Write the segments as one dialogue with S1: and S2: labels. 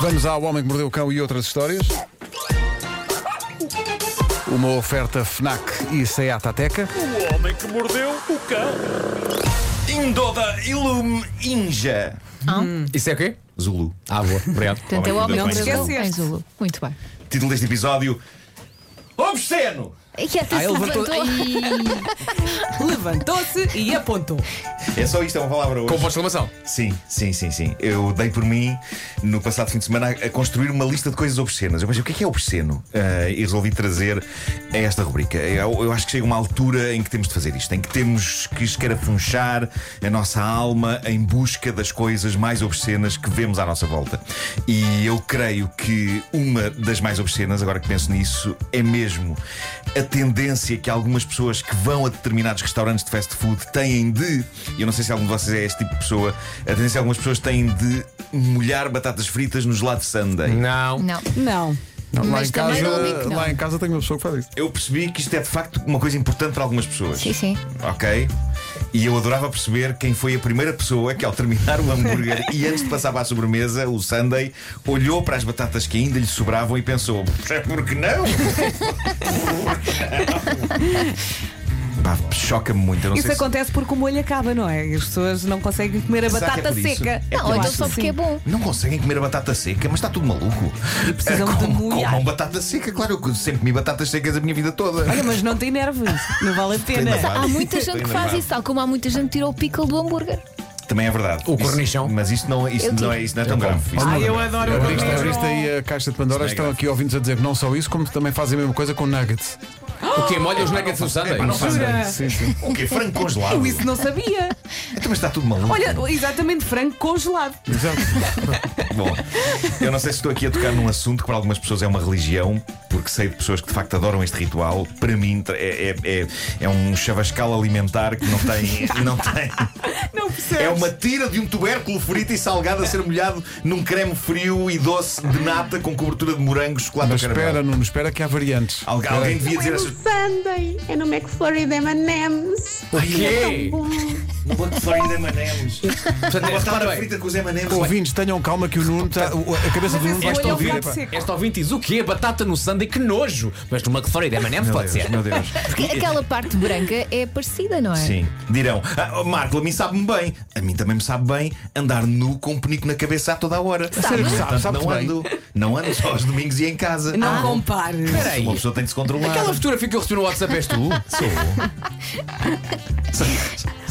S1: Vamos ao Homem que Mordeu o Cão e outras histórias. Uma oferta FNAC e Seat Ateca.
S2: O homem que mordeu o cão.
S3: Indoda Ilum Inja.
S4: Isso é o quê?
S3: Zulu.
S4: Ah, boa. Obrigado.
S5: Hum. Portanto, é o homem
S3: Não
S5: que mordeu
S6: esqueceste.
S5: em Zulu. Muito bem.
S3: Título deste episódio: Obsceno!
S5: E que até
S4: Ah,
S5: se
S4: ele levantou-
S5: levantou.
S6: Levantou-se e apontou.
S3: É só isto, é uma palavra hoje.
S4: Com ponto de exclamação.
S3: Sim, sim, sim, sim. Eu dei por mim no passado fim de semana a, a construir uma lista de coisas obscenas. Eu pensei, o que é que é obsceno? Ah, e resolvi trazer a esta rubrica. Eu, eu acho que chega uma altura em que temos de fazer isto, em que temos que escarafunchar a nossa alma em busca das coisas mais obscenas que vemos à nossa volta. E eu creio que uma das mais obscenas, agora que penso nisso, é mesmo a tendência que algumas pessoas que vão a determinados restaurantes de fast food têm de, e eu não sei se algum de vocês é este tipo de pessoa, a tendência que algumas pessoas têm de molhar batatas fritas no gelado Sunday.
S1: Hum.
S4: Não.
S5: Não.
S6: Não.
S1: lá,
S5: Mas
S1: em casa,
S5: também não digo que não.
S1: lá em casa tem uma pessoa que faz isso.
S3: Eu percebi que isto é de facto uma coisa importante para algumas pessoas.
S5: Sim, sim.
S3: Ok? E eu adorava perceber quem foi a primeira pessoa que, ao terminar o hambúrguer e antes de passar para a sobremesa, o Sunday, olhou para as batatas que ainda lhe sobravam e pensou: "É porque não? Pá, Choca-me muito. Eu não
S6: Isso
S3: sei se-
S6: acontece porque o molho acaba, não é? E as pessoas não conseguem comer a
S3: Será que é
S6: batata
S3: por isso? É
S6: seca.
S5: Não,
S3: Eu
S5: ou então
S3: acho
S5: só
S3: que
S5: porque é bom.
S3: Não conseguem comer a batata seca, mas está tudo maluco. É,
S6: precisam de
S3: Comam-
S6: molhar.
S3: comam batata seca, claro, eu sempre comi batatas secas a minha vida toda.
S6: Olha, mas não tem nervos. Não vale a pena.
S3: Ainda vale.
S5: Há muita gente que
S3: Ainda
S5: faz
S3: vale.
S5: isso, tal como há muita gente que tira o pickle do hambúrguer.
S3: Também é verdade.
S4: O
S3: Isso-
S4: cornichão.
S3: Mas isso não, isso
S5: Eu
S3: não,
S5: tiro.
S3: é, isso não é tão grave. Isso não
S6: Ai,
S3: é
S6: eu
S3: grave.
S6: adoro o
S1: Abriste,
S6: Cornichão.
S1: abriste aí a caixa de Pandora,
S3: Isso é
S1: estão
S3: grave.
S1: aqui ouvintes a dizer que não só isso, como também fazem a mesma coisa com nuggets.
S4: O é que molha os nuggets do Sunday?
S3: Epá, não faço
S6: Jura?
S3: nada.
S1: Sim, sim.
S3: O quê? Frango congelado?
S6: Eu isso não sabia.
S3: Então, mas está tudo maluco.
S6: Olha, exatamente frango congelado.
S1: Exato.
S3: Bom, eu não sei se estou aqui a tocar num assunto que para algumas pessoas é uma religião, porque sei de pessoas que de facto adoram este ritual. Para mim é, é, é, é um chavascal alimentar que não tem. Não tem.
S6: Não percebes?
S3: É uma tira de um tubérculo frito e salgado a ser molhado num creme frio e doce de nata com cobertura de morango, chocolate
S1: Mas
S3: ou caramelo.
S1: espera, Nuno, espera que há variantes.
S3: Algu- alguém devia
S7: Não é
S3: dizer
S6: um-
S7: no
S3: essas.
S7: Sunday, é no McFlurry da M&M's.
S4: O
S3: é
S4: quê?
S3: No Black Friday M&M's.
S4: Portanto, é,
S3: Uma
S4: repara
S3: batata
S4: bem,
S3: frita com os M&M's.
S1: Ouvintes, tenham calma que o Nuno está. o- A cabeça do Nuno
S6: Mas
S1: vai estar
S6: esse
S1: a
S6: molho é
S1: ouvir.
S6: um
S1: epá.
S6: bocado seco.
S4: Esta ouvinte diz o quê? Batata no Sunday? Que nojo! Mas numa McFlurry da M&M's pode ser.
S3: meu Deus.
S5: Porque aquela parte branca é parecida, não é?
S3: Sim, dirão, "Ah, oh, Marco, a mim sabe-me bem. A mim também me sabe bem andar nu com um penico na cabeça a toda a hora.
S1: sério que
S3: No
S1: sabe,
S3: entanto,
S1: sabe-te
S3: não
S1: bem.
S3: ando, não ando só aos domingos e em casa.
S6: Não compares.
S4: Peraí.
S3: Uma pessoa tem de se controlar. Uh,
S4: Aquela fotografia que eu recebi no WhatsApp és tu?
S3: Sou.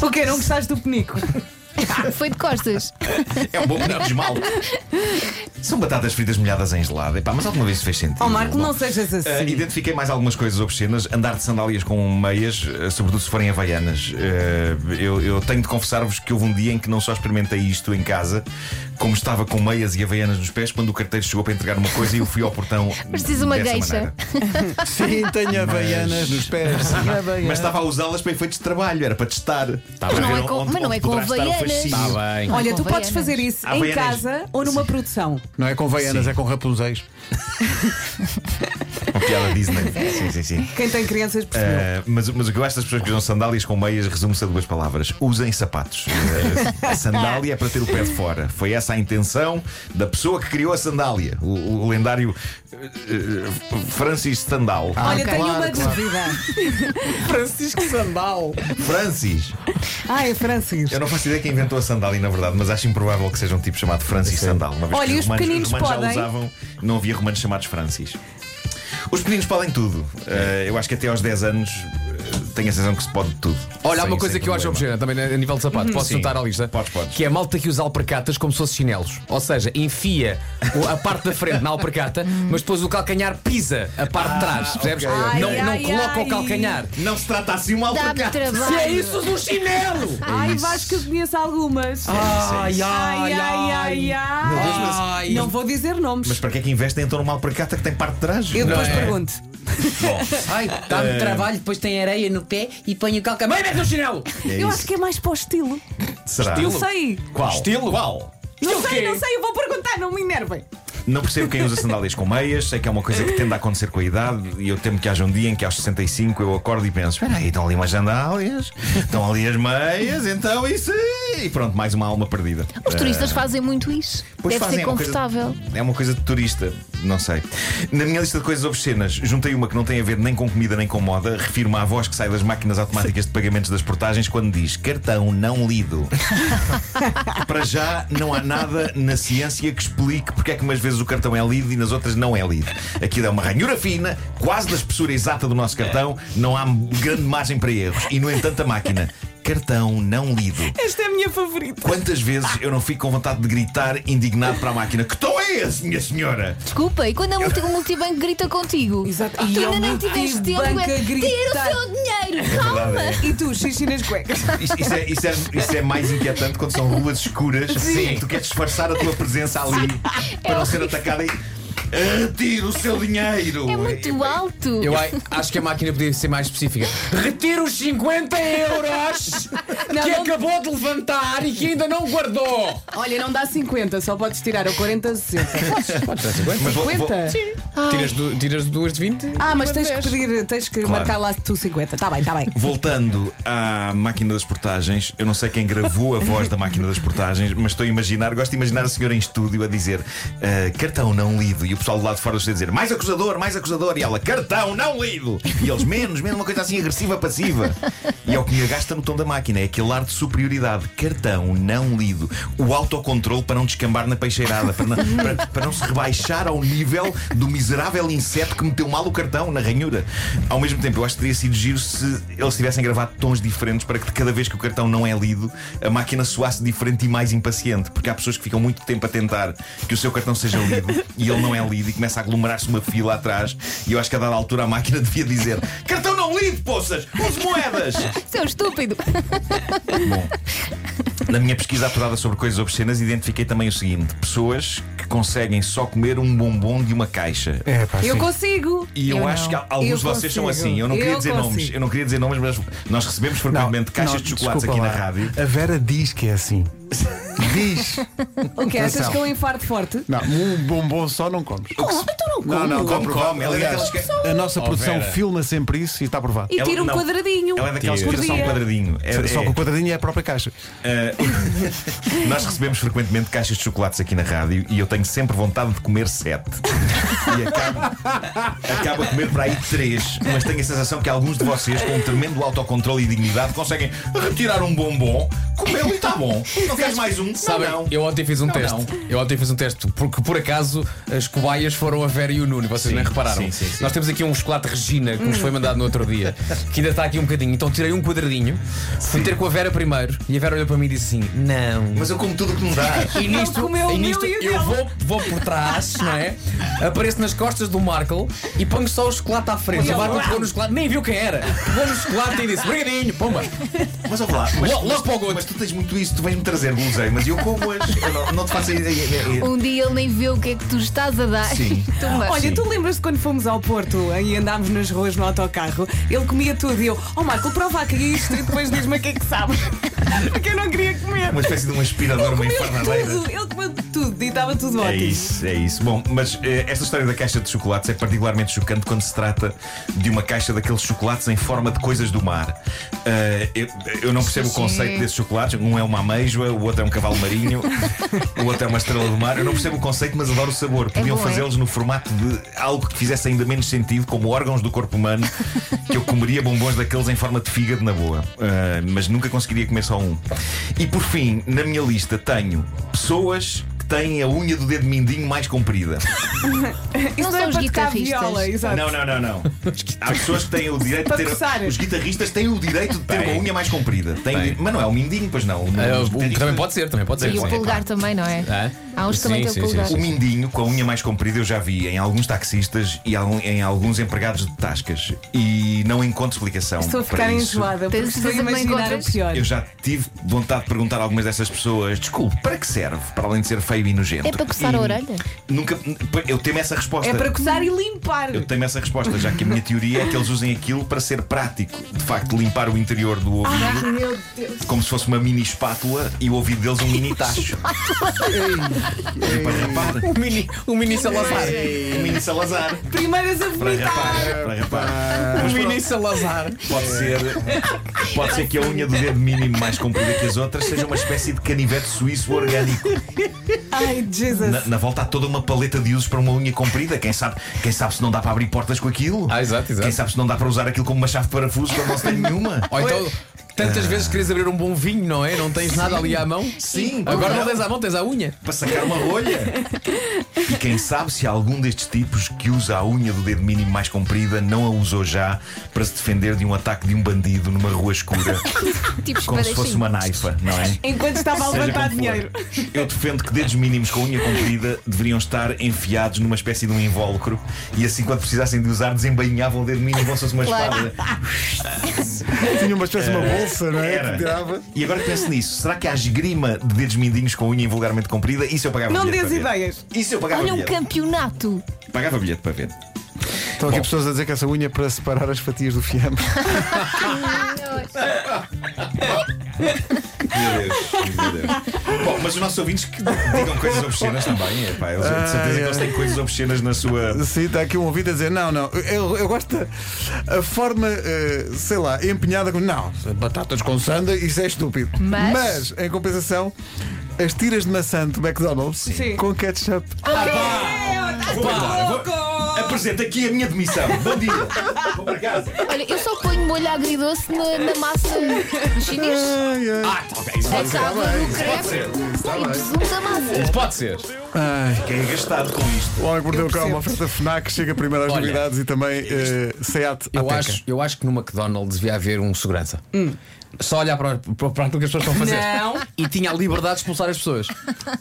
S6: O quê? Não gostaste do penico?
S5: Foi de costas.
S3: É um bom penico de esmalte. São batatas fritas molhadas em gelado. Epá, mas alguma vez isso fez sentido?
S6: Ó Oh, Marco, não
S3: Bom,
S6: sejas
S3: Uh,
S6: assim.
S3: identifiquei mais algumas coisas obscenas. Andar de sandálias com meias, uh, sobretudo se forem havaianas. Uh, eu, eu tenho de confessar-vos que houve um dia em que não só experimentei isto em casa, como estava com meias e havaianas nos pés, quando o carteiro chegou para entregar uma coisa e eu fui ao portão.
S5: Preciso de uma
S3: dessa
S5: gueixa.
S3: maneira.
S1: Sim, tenho havaianas nos pés.
S3: Mas estava a usá-las para efeitos de trabalho, era para testar. Para
S5: não
S3: ver
S5: é com-
S3: onde-
S5: mas não
S3: onde
S5: é com
S3: poderá estar o
S5: havaianas.
S3: fascínio.
S4: Está bem.
S6: Olha,
S5: com
S6: tu
S5: Havaianas.
S6: podes fazer isso em
S3: Havaianas.
S6: casa ou numa produção.
S1: Não é com havaianas,
S3: Sim.
S1: é com rapunzeis.
S3: Uma piada Disney. Sim, sim, sim.
S6: Quem tem crianças percebeu.
S3: Uh, mas, mas o que eu acho das pessoas que usam sandálias com meias resume-se a duas palavras: usem sapatos. Uh, a sandália é para ter o pé de fora. Foi essa a intenção da pessoa que criou a sandália, o, o lendário uh, uh, Francis Ah, Standal.
S6: Olha,
S5: ok.
S6: tenho
S1: Claro,
S6: uma
S1: claro.
S6: dúvida.
S4: Francisco Sandal.
S3: Francis!
S6: Ah, é Francis.
S3: Eu não faço ideia quem inventou a sandália, na verdade, mas acho improvável que seja um tipo chamado Francis Sandal. Uma vez
S6: Olha,
S3: que
S6: e os
S3: romanos,
S6: pequeninos
S3: romanos
S6: podem?
S3: já usavam, não havia romanos chamados Francis. Os pequeninos podem tudo. Uh, eu acho que até aos 10 anos uh, tenho a sensação que se pode tudo.
S4: Olha, há
S3: Sem-
S4: uma coisa
S3: sem
S4: que eu acho
S3: problema. Hum,
S4: obscena também né, a nível de sapato, posso
S3: Sim.
S4: juntar à lista?
S3: Podes, podes.
S4: Que é a malta que usa alpercatas como se fossem chinelos. Ou seja, enfia o- a parte da frente na alpercata, mas depois o calcanhar pisa a parte de trás, percebes?
S3: Hum. Ah, ok, ok.
S4: Não,
S6: Ai,
S4: não
S6: ai,
S4: coloca
S6: ai.
S4: o calcanhar.
S3: Não se trata assim uma
S5: Dá-me
S3: alpercata.
S5: trabalho.
S4: Se é isso um chinelo!
S6: Ai, Vasco, que eu conheço algumas.
S4: Ai,
S6: Ai, ai, ai, ai.
S4: ai.
S6: Não vou dizer nomes.
S3: Mas para que é que investem então numa alpercata que tem parte de trás?
S6: Eu depois
S3: Não é?
S6: pergunto.
S3: Bom,
S4: Ai,
S3: É.
S4: dá-me trabalho, depois tem areia no pé e põe o calcanhar. Mãe, mete no chinelo!
S3: é
S6: eu
S3: isso.
S6: acho que é mais para o estilo.
S3: Será?
S6: Não sei.
S3: Qual?
S4: Estilo?
S3: Qual?
S6: Não
S4: Estilo
S6: sei,
S4: quê?
S6: não sei. Eu vou perguntar, não me enervem.
S3: Não percebo quem usa sandálias com meias, sei que é uma coisa que tende a acontecer com a idade e eu temo que haja um dia em que aos 65 eu acordo e penso: espera aí, estão ali umas sandálias, estão ali as meias, então isso, E pronto, mais uma alma perdida. Eh,
S5: Os turistas fazem muito isso.
S3: É. Pois
S5: Deve
S3: fazem,
S5: ser
S3: é uma coisa-
S5: confortável.
S3: é uma coisa de turista, não sei. Na minha lista de coisas obscenas, juntei uma que não tem a ver nem com comida nem com moda. Refiro-me à voz que sai das máquinas automáticas de pagamentos das portagens quando diz cartão não lido. Para já, não há nada na ciência que explique porque é que umas vezes o cartão é lido e nas outras não é lido. Aqui dá uma ranhura fina, quase da espessura exata do nosso cartão, não há grande margem para erros. E no entanto, a máquina. Cartão não lido.
S6: Esta é a minha favorita.
S3: Quantas vezes eu não fico com vontade de gritar indignado para a máquina? Que tom é esse, minha senhora?
S5: Desculpa, e quando a multi- o multibanco grita contigo?
S6: Exato.
S5: Tu
S6: E é
S5: ainda
S6: o
S5: nem tiveste tempo.
S6: multibanco
S5: é,
S6: a gritar.
S5: Tira o seu dinheiro,
S3: verdade,
S5: calma.
S3: é.
S6: E tu, xixi nas cuecas.
S3: Isso, isso é, isso é- isso é mais inquietante quando são ruas escuras
S4: Sim.
S3: e tu queres disfarçar a tua presença ali
S5: É
S3: para não ser atacada e. Retira o seu dinheiro!
S5: É muito alto.
S4: Eu ai- acho que a máquina podia ser mais específica. Retira os 50 euros que
S6: não-
S4: acabou de levantar e que ainda não guardou.
S6: Olha, não dá 50, só podes tirar ou 40 ou 60.
S3: Mas vou- vou-
S6: 50?
S4: Tiras, du- tiras duas de 20?
S6: Ah, mas tens que pedir, tens que marcar lá tu 50. Tá bem, tá bem.
S3: Voltando à máquina das portagens, eu não sei quem gravou a voz da máquina das portagens, mas estou a imaginar, gosto de imaginar a senhora em estúdio a dizer "Ah, cartão não lido e o pessoal do lado de fora a dizer mais acusador, mais acusador e ela cartão não lido e eles menos, menos uma coisa assim agressiva, passiva. E é o que me agasta no tom da máquina, é aquele ar de superioridade, cartão não lido, o autocontrole para não descambar na peixeirada, para não, para- para não se rebaixar ao nível do miserável inseto que meteu mal o cartão na ranhura. Ao mesmo tempo, eu acho que teria sido giro se eles tivessem gravado tons diferentes para que de cada vez que o cartão não é lido, a máquina soasse diferente e mais impaciente, porque há pessoas que ficam muito tempo a tentar que o seu cartão seja lido e ele não é lido e começa a aglomerar-se uma fila atrás. E eu acho que a dada altura a máquina devia dizer: Cartão não lido, poças! Use moedas!
S5: Seu estúpido.
S3: Na minha pesquisa apurada sobre coisas obscenas, identifiquei também o seguinte: pessoas que conseguem só comer um bombom de uma caixa.
S1: É, pá,
S6: Eu
S1: sim.
S6: consigo.
S3: E eu,
S5: Eu
S3: acho
S5: não.
S3: que alguns
S6: Eu
S3: de vocês são
S6: consigo.
S3: assim. Eu não queria
S6: Eu
S3: dizer
S6: consigo.
S3: nomes, eu não queria dizer nomes, mas nós recebemos frequentemente caixas
S1: não,
S3: de chocolates aqui
S1: desculpa
S3: na
S1: lá.
S3: rádio.
S1: A Vera diz que é assim. Diz.
S6: O que achas
S1: Atenção.
S6: que é um infarto forte?
S1: Não, um bombom só não comes.
S6: Então não
S1: Não,
S6: como.
S1: não,
S3: Como,
S1: compro.
S3: come, ela é
S1: Aliás,
S3: daquelas que.
S1: A nossa produção
S4: Vera.
S1: filma sempre isso e está aprovado.
S6: E
S3: ela-
S6: tira um
S3: não.
S6: quadradinho.
S3: Ela é daquelas que
S6: Por
S3: tira só um
S6: dia.
S3: quadradinho. É-
S1: Só
S3: é-
S1: que o quadradinho é a própria caixa.
S3: Nós recebemos frequentemente caixas de chocolates aqui na rádio e eu tenho sempre vontade de comer sete. E acabo, acabo a comer para aí três, mas tenho a sensação que alguns de vocês, com um tremendo autocontrole e dignidade, conseguem retirar um bombom, comê-lo e está bom. Não queres mais um?
S4: Sabem,
S3: não, não.
S4: eu ontem fiz um
S3: Não,
S4: teste.
S3: não.
S4: Eu ontem fiz um teste, porque por acaso as cobaias foram a Vera e o Nuno, vocês
S3: Sim,
S4: nem repararam.
S3: sim, sim, sim.
S4: Nós temos aqui um chocolate Regina que
S3: Hum.
S4: nos foi mandado no outro dia, que ainda está aqui um bocadinho. Então tirei um quadradinho, fui ter com a Vera primeiro, e a Vera olhou para mim e disse assim: Não.
S3: Mas eu como tudo o que me dás.
S4: E
S6: Ele
S4: nisto,
S6: comeu o
S4: e
S6: meu
S4: nisto
S6: e um o
S4: é eu
S6: dela.
S4: vou, vou por trás, não é? Apareço nas costas do Markle e ponho só o chocolate à frente. O Markle pegou no chocolate, nem viu quem era. Pegou no chocolate e disse: Brigadinho, pomba.
S3: Mas ouve lá, mas,
S4: Logo-
S3: mas,
S4: logo para o
S3: tu,
S4: gosto.
S3: mas tu tens muito isso, tu vais-me trazer guloseimas e eu como-as. Eu Não, não te faço ideia. é,
S5: Um dia ele nem vê o que é que tu estás a dar.
S3: Sim.
S5: Toma.
S6: Olha,
S3: Sim.
S6: tu lembras-te quando fomos ao Porto e andámos nas ruas no autocarro? Ele comia tudo e eu, oh Marco, prova aqui isto e depois diz-me o que é que sabes. Porque eu não queria comer.
S3: Uma espécie de um aspirador, uma
S6: Comeu
S3: infernadeira.
S6: tudo, ele comeu tudo e estava tudo
S3: É
S6: ótimo.
S3: isso, é isso. Bom, mas eh, esta história da caixa de chocolates é particularmente chocante quando se trata de uma caixa daqueles chocolates em forma de coisas do mar. Eh, eu, eu não percebo o
S5: Sim.
S3: conceito desses chocolates. Um é uma ameijoa, o outro é um cavalo marinho, o outro é uma estrela do mar. Eu não percebo o conceito, mas adoro o sabor. Podiam
S5: bom, é?
S3: fazê-los no formato de algo que fizesse ainda menos sentido, como órgãos do corpo humano, que eu comeria bombons daqueles em forma de fígado na boa. Eh, mas nunca conseguiria comer só um. E por fim, na minha lista tenho pessoas que têm a unha do dedo mindinho mais comprida.
S5: Não
S6: Isto não
S5: são
S6: é
S5: os
S6: para tocar
S5: guitarristas.
S6: viola, exato.
S3: Não, não, não, não. Há pessoas que têm o direito de
S6: Para
S3: ter.
S6: coçar.
S3: Os guitarristas têm o direito de ter
S4: Bem.
S3: uma unha mais comprida. Têm-
S4: Bem.
S3: mas não é o mindinho, pois não.
S4: Ah,
S3: Os
S4: o-
S3: guitarristas-
S4: também pode ser, também pode ser.
S5: E o
S3: Sim,
S5: polegar também, não é?
S4: Hã?
S5: Há uns que também
S4: Sim,
S5: têm o
S4: sim,
S5: polegar.
S3: O mindinho com a unha mais comprida eu já vi em alguns taxistas e al- em alguns empregados de tascas. E não encontro explicação.
S6: Estou a ficar
S3: para isso.
S6: enjoada porque
S5: Tens
S6: estou a
S5: certeza que não
S6: imaginar o
S5: encontras?
S6: pior. É
S3: Eu já tive vontade de perguntar a algumas dessas pessoas: desculpe, para que serve? Para além de ser feio e nojento.
S5: É para coçar
S3: E
S5: a orelha?
S3: Nunca. Eu temo essa resposta.
S6: É para coçar e limpar.
S3: Eu tenho essa resposta, já que a minha teoria é que eles usem aquilo para ser prático. De facto, limpar o interior do ouvido
S6: Ai, meu Deus.
S3: como se fosse uma mini espátula e o ouvido deles um mini tacho. Para rapar.
S4: O mini, o mini Salazar.
S3: O mini Salazar.
S6: Primeiras a
S3: Para
S6: vomitar.
S3: rapar. Para rapar.
S4: O
S3: Mas
S4: mini
S3: pronto,
S4: Salazar.
S3: Pode ser, pode ser que a unha do dedo mínimo mais comprida que as outras seja uma espécie de canivete suíço orgânico.
S6: Ai, Jesus.
S3: Na, na volta há toda uma paleta de usos para uma unha comprida. Quem sabe, quem sabe se não dá para abrir portas com aquilo?
S4: Ah, exato, exato.
S3: Quem sabe se não dá para usar aquilo como uma chave de parafuso quando não se tem nenhuma?
S4: Ou então, tantas vezes querias abrir um bom vinho, não é? Não tens nada ali à mão?
S3: Sim,
S4: Agora
S3: como
S4: não tens à mão, tens à unha.
S3: para sacar uma rolha. E quem sabe se algum destes tipos que usa a unha do dedo mínimo mais comprida não a usou já para se defender de um ataque de um bandido numa rua escura,
S5: Tipo
S3: como se fosse
S5: espadachim.
S3: uma naifa, não é?
S6: Enquanto estava a
S3: Seja como
S6: levantar
S3: for.
S6: dinheiro.
S3: Eu defendo que dedos mínimos com unha comprida deveriam estar enfiados numa espécie de um invólucro e assim, quando precisassem de usar, desembainhavam o dedo mínimo como se fosse uma
S5: Claro.
S3: espada.
S1: Tinha uma espécie de uma bolsa, não é?
S3: Era.
S1: Que tirava.
S3: E agora que penso nisso, será que há esgrima de dedos mindinhos com unha vulgarmente comprida? Isso eu pagava
S6: Não
S3: bilhete.
S6: dês
S3: É para ver.
S6: ideias.
S3: Isso eu pagava
S5: Olha um
S3: bilhete.
S5: campeonato.
S3: Pagava bilhete para ver.
S1: Estão aqui pessoas a dizer que essa unha é para separar as fatias do fiambre.
S3: Meu Deus, meu Deus. Bom, mas os nossos ouvintes que digam coisas obscenas também, é pá, eles de certeza que eles têm coisas obscenas na sua.
S1: Sim, está aqui um ouvido a dizer: não, não, eu, eu gosto da a forma, eh, sei lá, empenhada com. Não, batatas com sanda, isso é estúpido.
S5: Mas-
S1: em compensação, as tiras de maçã do McDonald's
S6: Sim.
S1: com ketchup.
S6: Ah,
S3: Vou embora, vou- Apresento aqui a minha demissão. Bom dia. Vou para casa.
S5: Olha, eu só ponho molho agridoce na, na massa do chinês.
S1: Ai, ai.
S3: Ah, tá, ok, isso
S5: É
S3: pode ser.
S5: sábado,
S3: Pode
S5: crepe
S3: ser.
S5: e presunto da massa.
S4: Pode ser.
S3: Fiquei gastado com isto.
S1: O Homem que Mordeu
S6: Eu
S1: o Cão, é
S6: percebo.
S1: uma oferta FNAC, chega primeiro às
S4: Olha,
S1: novidades e também eh, SEAT
S4: Eu
S1: Ateca.
S4: acho, eu acho que no McDonald's devia haver um segurança. Só olhar para, para, para aquilo que as pessoas estão a fazer.
S6: Não.
S4: E tinha a liberdade de expulsar as pessoas.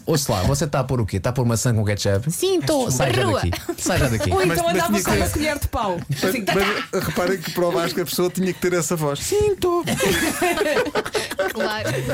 S4: Ouça lá, você está a pôr o quê? Está a pôr maçã com ketchup?
S5: Sim, estou.
S4: Sai já
S5: Rua.
S4: daqui. Sai já daqui.
S6: Ou
S3: É,
S1: Mas-
S6: então
S1: mas
S6: andava
S1: tinha
S6: com
S1: que-
S6: uma colher de pau.
S1: Mas,
S6: Assim, tá, tá.
S1: mas reparem que para o Vasco a pessoa tinha que ter essa voz. Sim, estou.
S5: Claro.